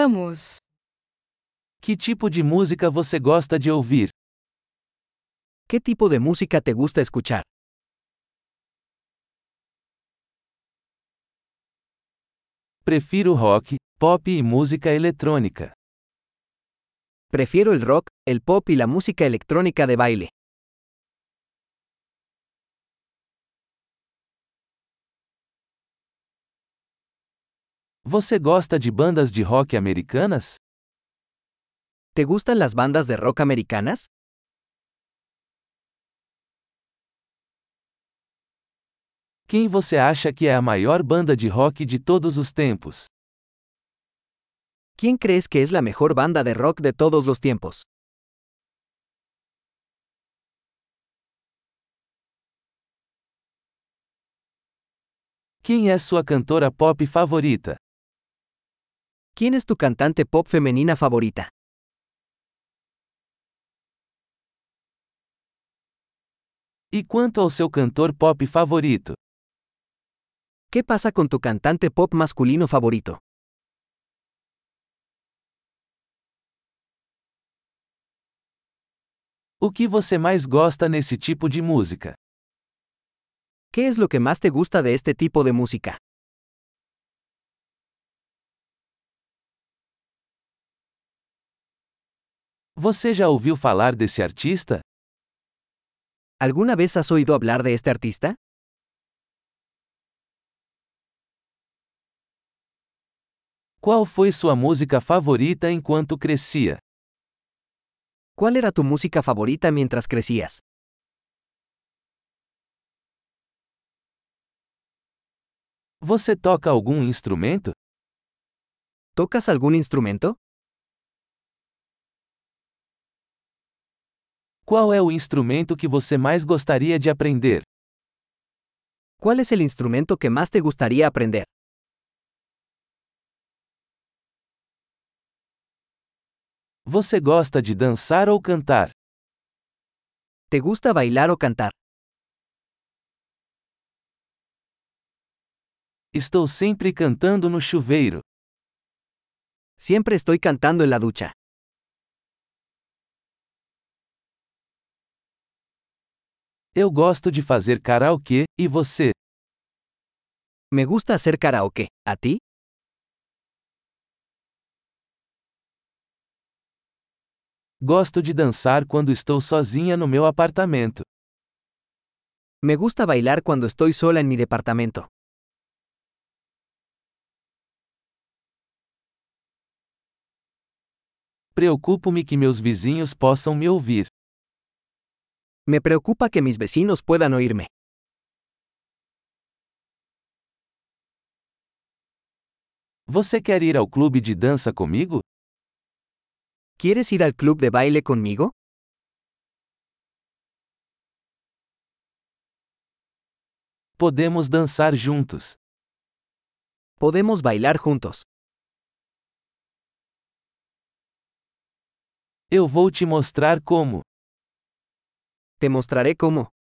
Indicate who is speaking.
Speaker 1: Vamos!
Speaker 2: Que tipo de música você gosta de ouvir?
Speaker 3: ¿Qué tipo de música te gusta escuchar?
Speaker 2: Prefiro rock, pop e música eletrônica.
Speaker 3: Prefiero el rock, el pop y la música electrónica de baile.
Speaker 2: Você gosta de bandas de rock americanas?
Speaker 3: ¿Te gustan las bandas de rock americanas?
Speaker 2: Quem você acha que é a maior banda de rock de todos os tempos?
Speaker 3: ¿Quién crees que es la mejor banda de rock de todos los tiempos?
Speaker 2: Quem é sua cantora pop favorita?
Speaker 3: ¿Quién es tu cantante pop femenina favorita?
Speaker 2: E quanto ao seu cantor pop favorito?
Speaker 3: ¿Qué pasa con tu cantante pop masculino favorito?
Speaker 2: O que você mais gosta nesse tipo de música?
Speaker 3: ¿Qué es lo que más te gusta de este tipo de música?
Speaker 2: Você já ouviu falar desse artista?
Speaker 3: ¿Alguna vez has oído hablar de este artista?
Speaker 2: Qual foi sua música favorita enquanto crescia?
Speaker 3: ¿Cuál era tu música favorita mientras crecías?
Speaker 2: Você toca algum instrumento?
Speaker 3: ¿Tocas algún instrumento?
Speaker 2: Qual é o instrumento que você mais gostaria de aprender?
Speaker 3: ¿Cuál es el instrumento que más te gustaría aprender?
Speaker 2: Você gosta de dançar ou cantar?
Speaker 3: ¿Te gusta bailar o cantar?
Speaker 2: Estou sempre cantando no chuveiro.
Speaker 3: Siempre estoy cantando en la ducha.
Speaker 2: Eu gosto de fazer karaokê, e você?
Speaker 3: Me gusta hacer karaoke. ¿A ti?
Speaker 2: Gosto de dançar quando estou sozinha no meu apartamento.
Speaker 3: Me gusta bailar cuando estoy sola en mi departamento.
Speaker 2: Preocupo-me que meus vizinhos possam me ouvir.
Speaker 3: Me preocupa que mis vecinos puedan oírme.
Speaker 2: Você quer ir ao clube de dança comigo?
Speaker 3: ¿Quieres ir al club de baile conmigo?
Speaker 2: Podemos dançar juntos.
Speaker 3: Podemos bailar juntos.
Speaker 2: Eu vou te mostrar como.
Speaker 3: Te mostraré cómo.